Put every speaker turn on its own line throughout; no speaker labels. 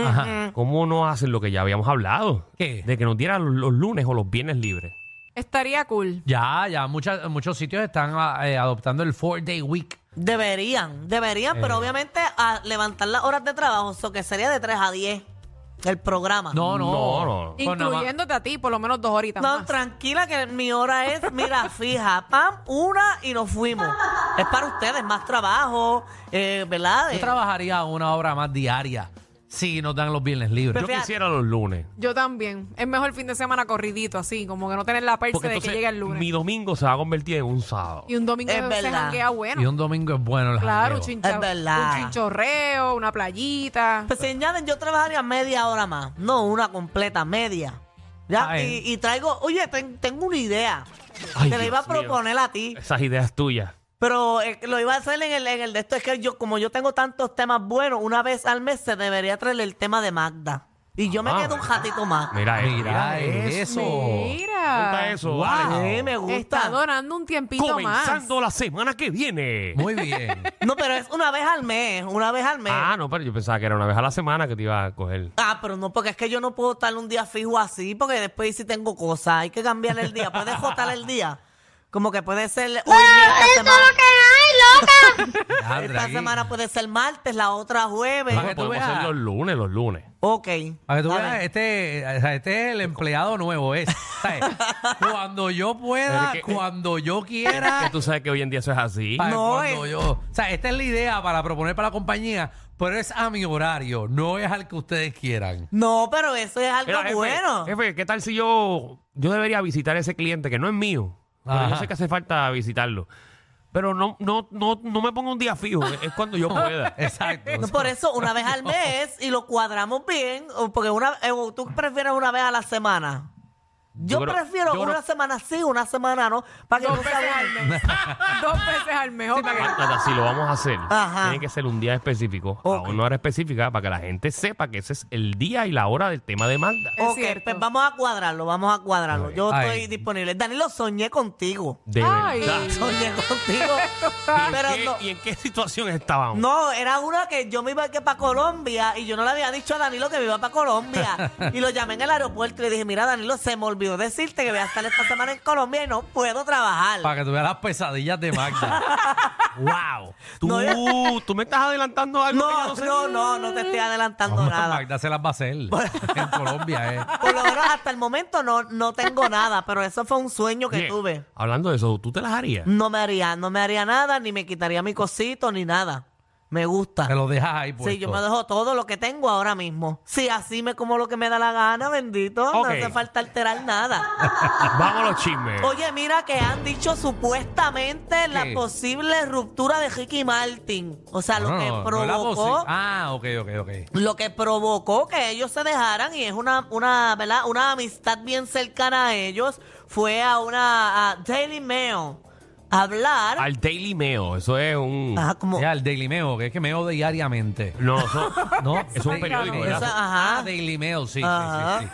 cómo no hacen lo que ya habíamos hablado.
¿Qué?
De que nos dieran los, los lunes o los viernes libres.
Estaría cool.
Ya, ya, muchas- muchos sitios están ah, eh, adoptando el four day week.
Deberían, deberían, pero obviamente a levantar las horas de trabajo, eso que sería de 3 a 10 el programa.
No, no.
No, no.
Oh,
Pues nada más-
Incluyéndote a ti por lo menos dos horitas
No,
más.
tranquila, que mi hora es, mira, fija, pam, una y nos fuimos. Es para ustedes, más trabajo, eh, ¿verdad?
Yo
Eh,
trabajaría una hora más diaria si nos dan los viernes libres.
Yo
fíjate.
quisiera los lunes.
Yo también. Es mejor fin de semana corridito, así, como que no tener la perse
Porque
de que
entonces
llega el lunes.
mi domingo se va a convertir en un sábado.
Y un domingo
Es
se
verdad.
janguea
Y
bueno.
un domingo es bueno. el
Claro,
jangueo.
un, chincha-
Es verdad.
un chinchorreo, una playita.
Pues si añaden, yo trabajaría media hora más, no una completa, media. ¿Ya?
Ah,
Y,
eh.
y traigo, oye, ten- tengo una idea.
Ay,
Te la
Dios
iba a
mío.
proponer a ti.
Esas ideas tuyas.
Pero eh, lo iba a hacer en el, en el de esto. Es que yo, como yo tengo tantos temas buenos, una vez al mes se debería traer el tema de Magda. Y yo
Ah.
me quedo un ratito más.
Mira, eso,
Ah, Mira eso.
Cuenta
Mira.
eso.
Wow.
Alex.
Sí, me
Está
gusta.
donando un tiempito más.
Comenzando la semana que viene.
Muy bien.
No, pero es una vez al mes, una vez al mes.
Ah, no, pero yo pensaba que era una vez a la semana que te iba a coger.
Ah, pero no, porque es que yo no puedo estar un día fijo así, porque después si tengo cosas, hay que cambiar el día. Puedes jotar el día. Como que puede ser. hoy, esta semana,
Ya,
esta
Draghi.
semana puede ser martes, la otra jueves.
No,
que tú
podemos
veas.
hacer los lunes, los lunes.
Ok.
A que tú
A
veas,
ver.
este, o sea, este es el empleado nuevo, es. ¿sabes? cuando yo pueda,
Pero es que- eh,
cuando yo
Que
quiera.
tú sabes que hoy en día eso es así.
¿sabes?
No,
Cuando
es-
yo- O sea, esta es la idea para proponer para la compañía, pero es a mi horario, no es al que ustedes quieran.
No, pero eso es algo
Mira, jefe,
Ah, bueno.
Jefe, ¿qué tal si yo, yo debería visitar a ese cliente que no es mío? Pero
Ajá.
yo sé que hace falta visitarlo. Pero no, no, no, no me pongo un día fijo, es es cuando yo pueda.
Exacto.
No, por eso una vez al mes y lo cuadramos bien, o porque una, eh, o tú prefieres una vez a la semana. Yo,
Yo creo-
prefiero
yo
una
creo-
semana sí, una semana no, para que no
Dos
se
veces al
aburran.
mes. Dos veces al mes. ok.
Nata, si lo vamos a hacer,
Ajá.
tiene que ser un día específico,
Ok.
a una hora específica, para que la gente sepa que ese es el día y la hora del tema de Magda.
Es
Ok,
cierto.
pues vamos a cuadrarlo, vamos a cuadrarlo. Yo
Ay.
estoy disponible. Danilo, soñé contigo.
De
Ay.
verdad.
Soñé contigo.
¿Y en,
pero
qué,
no.
y en qué situación estábamos?
No, era una que yo me iba a ir para Colombia y yo no le había dicho a Danilo que me iba para Colombia. y lo llamé en el aeropuerto y le dije, mira Danilo, se me olvidó decirte que voy a estar esta semana en Colombia y no puedo trabajar.
Para que tú veas las pesadillas de Magda.
¡Wow! Tú,
No,
tú me estás adelantando algo. que yo
No,
sé.
no, no, no te estoy adelantando
Vamos,
nada.
Magda se las va a hacer. en Colombia, eh.
Por lo menos hasta el momento no, no tengo nada, pero eso fue un sueño que
Oye,
tuve.
Hablando de eso, ¿tú te las harías?
No me haría, no me haría nada, ni me quitaría mi cosito, ni nada. Me gusta.
Te lo dejas ahí puesto.
Sí, yo me dejo todo lo que tengo ahora mismo. Sí, así me como lo que me da la gana, bendito.
Ok.
No hace falta alterar nada.
Vamos a los chismes.
Oye, mira que han dicho supuestamente la
¿Qué?
posible ruptura de Ricky Martin. O sea, lo
No,
que
no, no la
provocó.
posi- ah, ok, ok, ok.
lo que provocó que ellos se dejaran y es una una ¿verdad? una amistad bien cercana a ellos fue a una a Daily Mail a hablar
Al Daily Mail, eso es un...
Ajá, Ah, como
Ya, el Daily Mail, que es que meo diariamente.
No, eso,
Ah,
No,
es un periódico,
Eso,
¿verdad?
ajá.
Ah, Daily Mail, sí, sí,
Ajá.
sí, sí.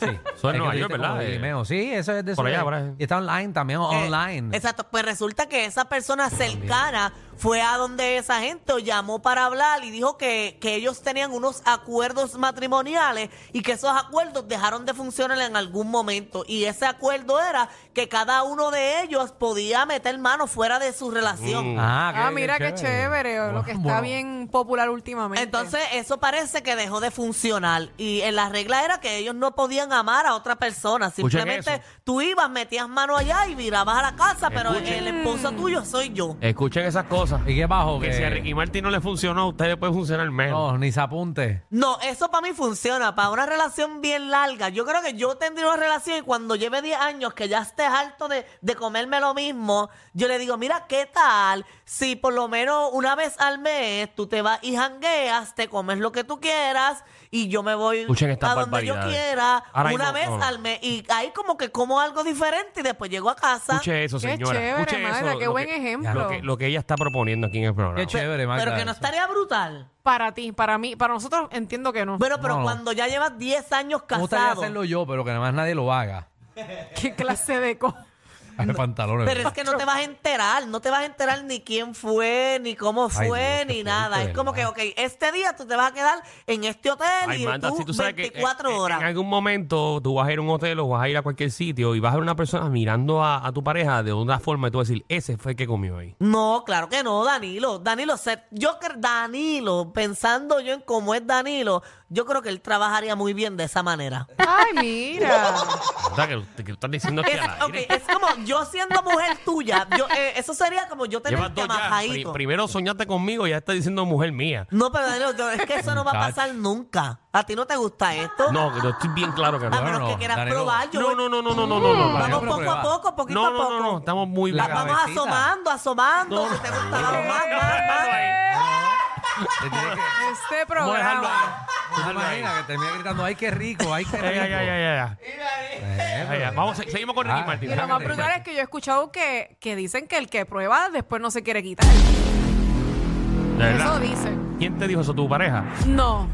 Sí.
Eso es
que
Nueva
tú
York,
dijiste como
¿verdad?
Daily
Eh,
Mail. Sí, eso es de
por
eso
allá,
es.
por allá.
Y está online también,
eh,
online.
exacto pues resulta que esa
Ah,
persona cercana fue a donde esa gente o llamó para hablar y dijo que, que ellos tenían unos acuerdos matrimoniales y que esos acuerdos dejaron de funcionar en algún momento y ese acuerdo era que cada uno de ellos podía meter mano fuera de su relación
Mm.
Ah,
Ah, mira qué chévere, lo que está
Bueno.
bien popular últimamente.
Entonces, eso parece que dejó de funcionar. Y eh, la regla era que ellos no podían amar a otra persona.
Escuchen
Simplemente
eso.
tú ibas, metías mano allá y virabas a la casa, pero el esposo tuyo soy yo.
Escuchen esas cosas.
¿Y qué bajo?
Que si a Ricky Martin no le funcionó, a ustedes puede funcionar
Oh.
menos.
No, ni se apunte.
No, eso para mí funciona, para una relación bien larga. Yo creo que yo tendría una relación y cuando lleve 10 años que ya estés harto de, de comerme lo mismo, yo le digo, mira, ¿qué tal si por lo menos una vez al mes tú te vas y jangueas, te comes lo que tú quieras y yo me voy
Escuchen estas
a donde yo
barbaridades.
quiera
Ahora
una
mismo,
vez
no, no.
al mes y ahí como que como algo diferente y después llego a casa.
Escuche eso,
Qué
señora.
chévere,
Escuche
Magda,
eso,
qué
lo
buen
que-
ejemplo.
Lo que, lo que ella está proponiendo aquí en el programa.
Qué chévere, Magda.
pero que no estaría brutal.
Para ti, para mí, para nosotros entiendo que no.
Bueno, pero
No, no.
cuando ya llevas 10 años
Me gustaría
casado.
hacerlo yo, pero que nada más nadie lo haga.
¿Qué clase de co
Ay, pantalones.
Pero es que no te vas a enterar, no te vas a enterar ni quién fue, ni cómo
Ay,
fue,
Dios, qué
ni nada.
fuerte,
Es como que,
¿verdad?
ok, este día tú te vas a quedar en este hotel
Ay,
y
Magda,
tú,
si tú sabes que eh,
24
eh,
horas.
en algún momento tú vas a ir a un hotel o vas a ir a cualquier sitio y vas a ver una persona mirando a, a tu pareja de una forma y tú vas a decir, ese fue el que comió ahí.
No, claro que no, Danilo. Danilo, se- yo cre- Danilo, pensando yo en cómo es Danilo, yo creo que él trabajaría muy bien de esa manera.
Ay, mira.
O sea, que, que tú estás diciendo que
Es,
al
ok,
aire.
es como yo siendo mujer tuya, yo, eh, eso sería como yo
Llevas
tenerte
dos ya. Pri-
amajadito.
primero soñaste conmigo y ya estás diciendo mujer mía.
No, pero Danilo, yo- es que eso no va a pasar nunca. ¿A ti no te gusta esto?
No, que no estoy bien claro que
a
no.
menos
no,
que quieras
Danilo.
probar, Ah, yo
No,
voy-
no, no, no, no, no, no, no.
Vamos
Pero
poco
prueba.
a poco, poquito
No,
a poco.
no, no, no, estamos muy
La
Las
bien.
vamos
cabecita.
asomando, asomando.
No,
si te
no.
gusta, vamos, más, más, más.
Te tiene que-
Este
Vamos a dejarlo ahí.
programa.
¿Tú te imaginas que termina gritando, ay, qué rico, ay, qué rico?
Ay, ay, ay, ay, ay.
Eh,
Ay, ay. Vamos, se- seguimos con Ricky
Ah.
Martin.
Y lo más brutal es que yo he escuchado que, que dicen que el que prueba después no se quiere quitar.
De
Eso
verdad.
dicen.
¿Quién te dijo eso? ¿Tu pareja?
No.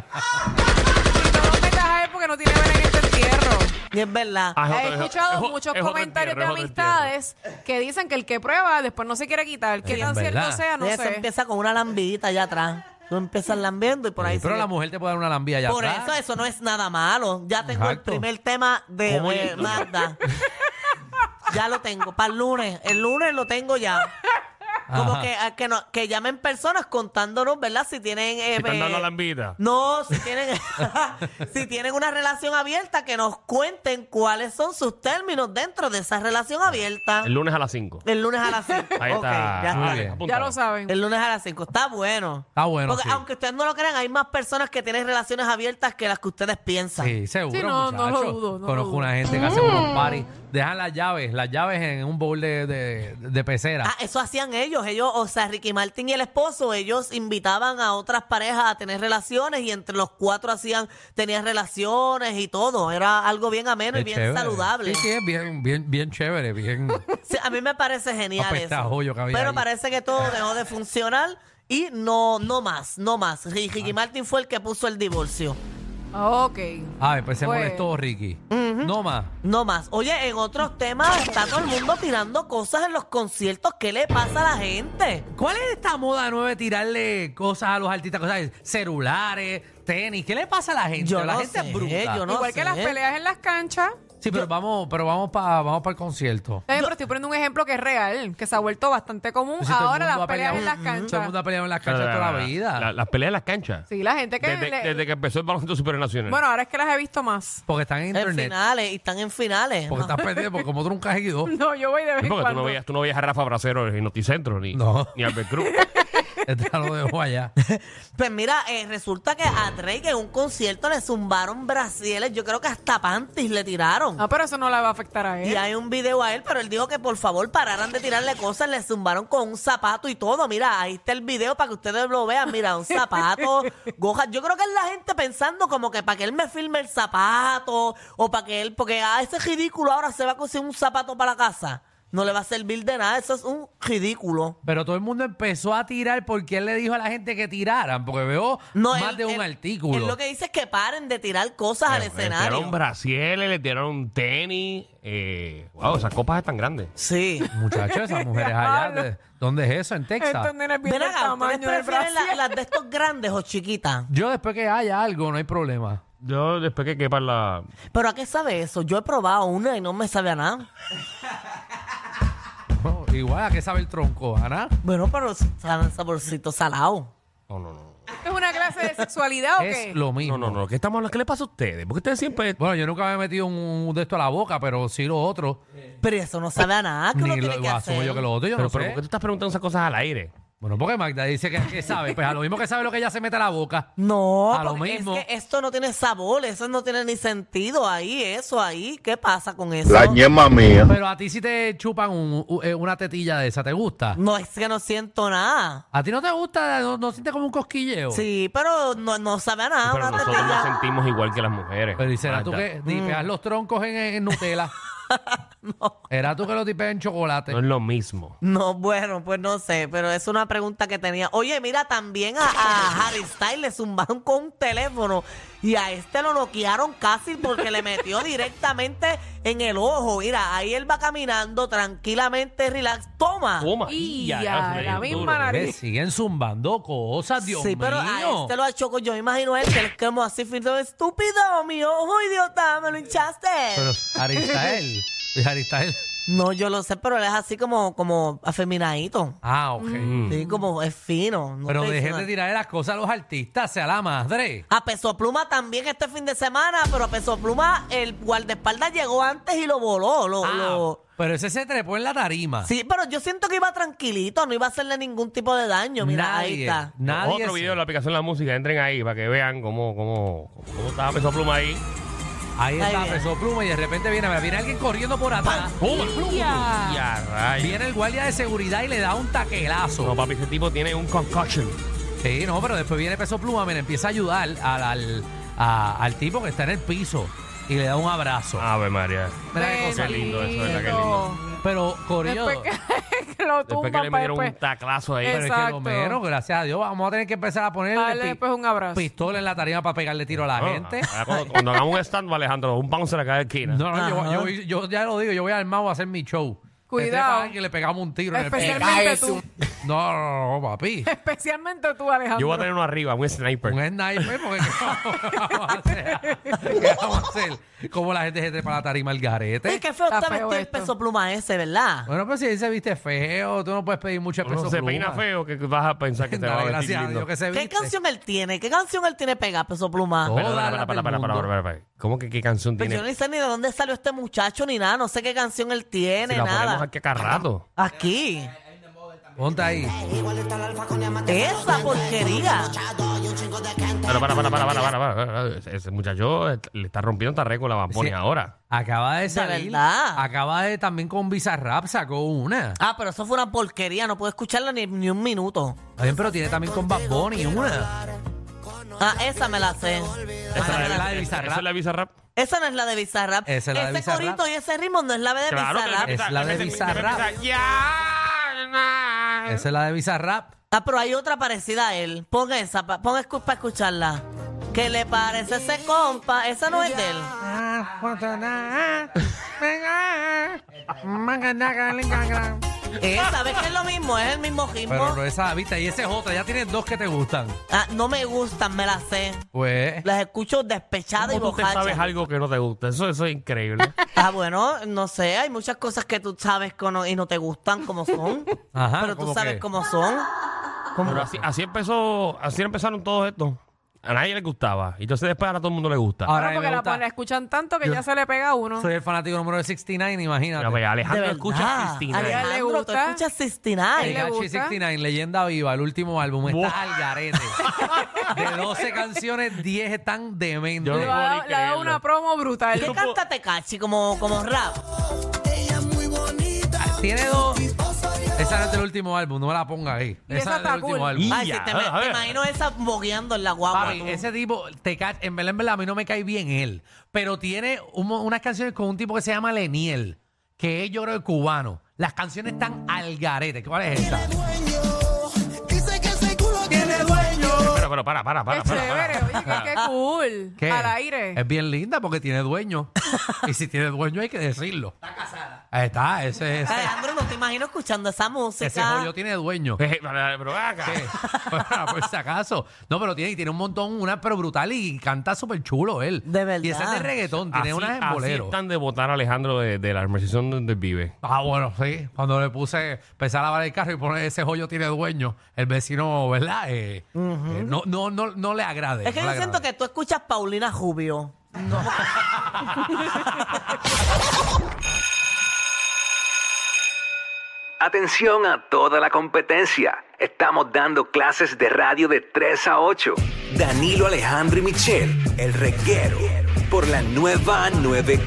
Y no lo metas a él porque no tiene ver en este entierro.
Y es verdad.
Ah, es
He
otro- es-
escuchado
es o-
muchos
es otro
comentarios
entierro,
de
es otro entierro.
amistades que dicen que el que prueba después no se quiere quitar. Que
Sí,
tan
es
cierto
verdad.
sea, no
eso
sé.
empieza con una lambita allá atrás. Tú empiezas lambiendo y por ahí.
Pero
sigue.
la mujer te puede dar una lambía allá
por
atrás.
eso, eso no es nada malo. Ya tengo el
Exacto.
primer tema de
¿Cómo
eh,
es?
Magda. ya lo tengo. Para el lunes. El lunes lo tengo ya. Como
Ajá.
que, a- que, no- que llamen personas contándonos, ¿verdad? Si tienen. eh,
Si te han dado
eh,
la lambita.
No, si tienen, si tienen una relación abierta, que nos cuenten cuáles son sus términos dentro de esa relación abierta.
El lunes a las 5.
El lunes a las 5.
Ahí está.
ya
Muy
está.
bien.
Ya
apúntalo.
lo saben.
El lunes a las 5. Está bueno.
Está bueno,
Porque
sí.
aunque ustedes no lo crean, hay más personas que tienen relaciones abiertas que las que ustedes piensan.
Sí, seguro,
Sí, no, no lo
muchacho.
dudo, no lo
Conozco
dudo.
Mm.
una gente que hace unos paris Dejan las llaves, las llaves en un bowl de, de- de pecera.
Ah, eso hacían ellos, ellos, o sea, Ricky Martin y el esposo, ellos invitaban a otras parejas a tener relaciones y entre los cuatro hacían, tenían relaciones y todo, era algo bien ameno
Es
y bien
chévere.
saludable.
Sí, sí, es bien, bien, bien chévere, bien.
Sí, a mí me parece genial
Apesta
eso.
hoyo que había
Pero
ahí.
parece que todo dejó de funcionar y no, no más, no más. Ri- Ricky Martin fue el que puso el divorcio.
Ah, Ok.
Ay, pues se
Pues-
molestó Ricky. No más.
No más. Oye, en otros temas está todo el mundo tirando cosas en los conciertos. ¿Qué le pasa a la gente?
¿Cuál es esta moda nueva de tirarle cosas a los artistas? Cosas, celulares, tenis. ¿Qué le pasa a la gente?
Yo
la
no
gente
sé,
es bruta.
yo no
Igual que
sé.
las peleas en las canchas.
Sí, pero vamos, pero vamos para vamos para el concierto.
Está bien, pero estoy poniendo un ejemplo que es real, que se ha vuelto bastante común.
Pues si todo el
Ahora
mundo
las
ha
peleas
peleado-
en las
Todo el mundo
canchas.
ha peleado en las
La-
canchas
la-
toda la
la-
vida.
la- las peleas en las canchas.
Sí, la gente que...
Desde,
le-
desde que empezó el baloncesto supernacional.
Bueno, ahora es que las he visto más.
porque están en
En
internet.
finales, y están en finales.
Porque estás perdido, porque como tú nunca has ido,
No, yo voy de vez
Sí, porque
en
tú
cuando.
no, veías, tú no veías a Rafa Bracero en el Noticentro ni,
No.
ni a Albert Cruz.
te este lo dejo allá.
Pues mira, eh, resulta que a Drake en un concierto le zumbaron brasiles. Yo creo que hasta panties le tiraron.
Ah, pero eso no la va a afectar a
Y
él.
hay un video a él, pero él dijo que por favor pararan de tirarle cosas, le zumbaron con un zapato y todo. Mira, ahí está el video para que ustedes lo vean. Mira, un zapato, goja. Yo creo que es la gente pensando como que para que él me filme el zapato o para que él, porque a ese ridículo ahora se va a conseguir un zapato para la casa. No le va a servir de nada, eso es un ridículo.
Pero todo el mundo empezó a tirar porque él le dijo a la gente que tiraran, porque veo
No,
más
él-
de un
él-
artículo. este
Él lo que dice es que paren de tirar cosas al
Le tiraron
escenario.
brasieles, le tiraron tenis. Eh, wow, esas copas están grandes.
Sí.
Muchachos, esas mujeres allá, ¿de- ¿dónde es eso? En Texas.
Estos nenes
Ven
viendo el
acá, ¿ustedes
tamaño del
prefieren la-
brasier.
las de estos grandes o chiquitas?
Yo después que haya algo, no hay problema.
Yo después que quepa la...
¿Pero a qué sabe eso? Yo he probado una y no me sabe a nada.
No, igual, ¿a qué sabe el tronco, Ana?
Bueno, pero saben saborcito salado.
No, no, no.
¿Es una clase de sexualidad o qué?
Es lo mismo.
No, no, no. ¿Qué, estamos hablando? ¿Qué le pasa a ustedes? Porque ustedes siempre...
Bueno, yo nunca me he metido un, un de esto a la boca, pero sí lo otro.
Pero eso no sabe a nada Ah, que uno
Ni
tiene
lo,
que
asumo
hacer.
yo que lo otro, yo
Pero,
no
pero
sé.
¿por qué tú estás preguntando esas cosas al aire?
Bueno, porque Magda dice que, que sabe. Pues a lo mismo que sabe lo que ella se mete a la boca.
No,
A lo
porque
mismo.
es que esto no tiene sabor, eso no tiene ni sentido ahí, eso ahí. ¿Qué pasa con eso?
La ñema mía.
Pero a ti sí te chupan un- u- eh, una tetilla de esa, ¿te gusta?
No es que no siento nada.
¿A ti no te gusta? ¿No, no sientes como un cosquilleo?
Sí, pero no, no sabe Ah, a nada.
Pero
una
nosotros
tetilla.
nos sentimos igual que las mujeres.
Pero ¿y será tú
Magda.
que
Mm.
dipeas los troncos en, en Nutella? ¿Era tú que los dipeas en chocolate?
No es lo mismo.
No, bueno, pues no sé, pero es una pregunta que tenía. Oye, mira, también a, a Harry Styles le zumbaron con un teléfono y a este lo noquearon casi porque le metió directamente en el ojo. Mira, ahí él va caminando tranquilamente, relax. Toma.
Oh,
Toma.
Y
ya,
ya,
ya,
la
duro,
misma
bebé.
nariz.
Le siguen zumbando cosas, Dios
sí, pero a
mío.
este lo achocó. Yo me imagino a él que le quemó así, filtro estúpido, mi ojo, idiota, me lo hinchaste.
Pero Aristael, Aristael.
No, yo lo sé, pero él es así como, como afeminadito.
Ah, ok.
Sí, como es fino. no
Pero
te dice
dejen
nada.
de tirar las cosas a los artistas, sea la madre.
A Peso Pluma también este fin de semana, pero a Peso Pluma el guardaespaldas llegó antes y lo voló. Lo,
Ah,
lo-
pero ese se trepó en la tarima.
Sí, pero yo siento que iba tranquilito, no iba a hacerle ningún tipo de daño. Mira, ahí
nadie,
está.
nadie.
Otro
se-
video de la aplicación de la música. Entren ahí para que vean cómo, cómo, cómo estaba Peso Pluma ahí.
Ahí
Ahí
está,
viene.
pesó pluma y de repente viene, mira, viene alguien corriendo por atrás. ¡Pum! Ah.
Y a rayos.
Viene el guardia de seguridad y le da un taquelazo.
No, papi, ese tipo tiene un concoction.
Sí, no, pero después viene Peso Pluma, mira, empieza a ayudar al, al, a- al tipo que está en el piso y le da un abrazo.
Ave María.
Mira qué cosa
Qué lindo eso, ¿verdad? Qué
Bendito.
Pero, Corillo,
Después que, que lo
Después que
tumban,
le
pues,
metieron un
después-
taclazo ahí.
pero es que lo
Exacto.
menos, gracias a Dios, vamos a tener que empezar a poner
Dale pues. después un abrazo.
pistola en la tarima para pegarle tiro a la
Ah,
gente.
ahora Cuando, cuando hagamos un stand, Alejandro, un bouncer acá de esquina.
No, no, yo, yo- yo ya lo digo, yo voy al mago a hacer mi show. Este
Cuidado.
Que le pegamos un tiro en el pecho.
Especialmente tú.
No, no, no, no, papi.
Especialmente tú, Alejandro.
Yo voy a tener uno arriba, un sniper.
Un sniper, porque ¿qué vamos a hacer? ¿Qué vamos a hacer? Como la gente se trepa a la tarima al garete.
Es que feo
Está
está
feo
vestido el
esto.
Peso Pluma ese, ¿verdad?
Bueno, pero si él se viste feo, tú no puedes pedir mucho peso.
Uno se peina feo que vas a pensar que te va a
Dale,
vestir
gracias a
lindo.
Dios que se
¿Qué
viste.
canción él tiene? ¿Qué canción él tiene pegada, Peso Pluma?
No,
Espera,
Todas
espera,
las
espera,
del
espera, espera,
mundo.
espera, espera, espera. ¿Cómo que qué canción
Pues
tiene?
yo no sé ni de dónde salió este muchacho ni nada, no sé qué canción él tiene,
si la ponemos
nada.
aquí a cada rato.
Aquí.
Ponte ahí.
Esa porquería.
Pero para, para, para, para, para, para, para. Ese- Ese muchacho eh, le está rompiendo esta récord a Bad Bunny
Sí.
ahora.
Acaba de salir.
verdad.
acaba de también con Bizarrap sacó una.
Ah, pero eso fue una porquería, no pude escucharla ni, ni un minuto.
Está bien, pero tiene también con Bad Bunny una.
Ah, esa me la sé.
Esa es Ah, la de
Esa
Bizarrap.
es la Bizarrap.
Esa no es la de Bizarrap.
Esa es la
ese
de Bizarrap.
corito y ese ritmo no es la de
Claro,
Bizarrap.
que
Es la de
que
Bizarrap.
que empieza, Ya. na.
Esa es la de Bizarrap.
Ah, pero hay otra parecida a él. Pon esa, pa- pon escu- para escucharla. ¿Qué le parece ese compa? Esa no es de él. Esa, ¿ves que es lo mismo? Es el mismo ritmo.
Pero no esa, viste, y esa es otra. Ya tienes dos que te gustan.
Ah, no me gustan, me las sé.
Pues.
Las escucho despechada y
¿Cómo tú te sabes
bocacha.
algo que no te gusta? Eso, eso es increíble.
Ah, bueno, no sé, hay muchas cosas que tú sabes que no- y no te gustan como son.
Ajá,
pero tú
¿cómo
sabes
qué?
cómo son.
Pero así, así empezó, así empezaron todos estos. A nadie le gustaba. Y entonces después ahora a todo el mundo le gusta.
Ahora
Claro,
a mí
porque
me
la,
gusta-
la escuchan tanto que
Yo-
ya se le pega a uno.
Soy el fanático número de 69, imagínate.
Mira, pues, Alejandro
de
escucha
verdad.
Cristina.
Alejandro,
Alejandro,
¿le gusta?
tú escuchas 69.
¿Le
Pikachu
gusta?
69, Leyenda Viva, el último álbum, está
Wow.
al garete. De 12 canciones, 10 están dementes.
Yo
Le
no-
ha dado- le ha dado una promo brutal.
¿Qué canta Tecachi como, como rap?
Tiene dos. Esa no es del último álbum, no me la ponga ahí.
Y esa
Esa es
está
del último
cool.
álbum.
Ay,
Ya,
si te,
a
me-
ver, a
te
ver.
imagino esa bogueando en la guagua.
Papi,
tú.
ese tipo, Tecat, en verdad, en verdad, a mí no me cae bien él. Pero tiene un mo- unas canciones con un tipo que se llama Leniel, que es, yo creo, cubano. Las canciones están al garete. ¿Cuál es esta?
Pero, pero, para, para, para.
Qué
para,
chévere,
para.
oye, qué, qué cool.
¿Qué?
Al aire.
Es bien linda porque tiene dueño. y si tiene dueño hay que decirlo. Está casada. Ahí está, ese es.
Alejandro, no te imagino escuchando esa música.
Ese joyo tiene dueño.
Eh, para- pero ven acá.
¿Qué? Bueno, por si acaso. No, pero tiene, tiene un montón, una pero brutal y canta súper chulo él.
De verdad.
Y esa es de reggaetón, tiene
Así,
una en
así
bolero.
están de votar a Alejandro de, de la organización donde vive.
Ah, bueno, sí. Cuando le puse, empecé a lavar el carro y pone ese joyo tiene dueño, el vecino, ¿verdad? Eh, eh, no, no, no, no le agrade.
Es que
no
yo
le
siento
agrade.
que tú escuchas Paulina Rubio.
Atención a toda la competencia. Estamos dando clases de radio de 3 a 8. Danilo Alejandro y Michel, el reguero, por la nueva 94.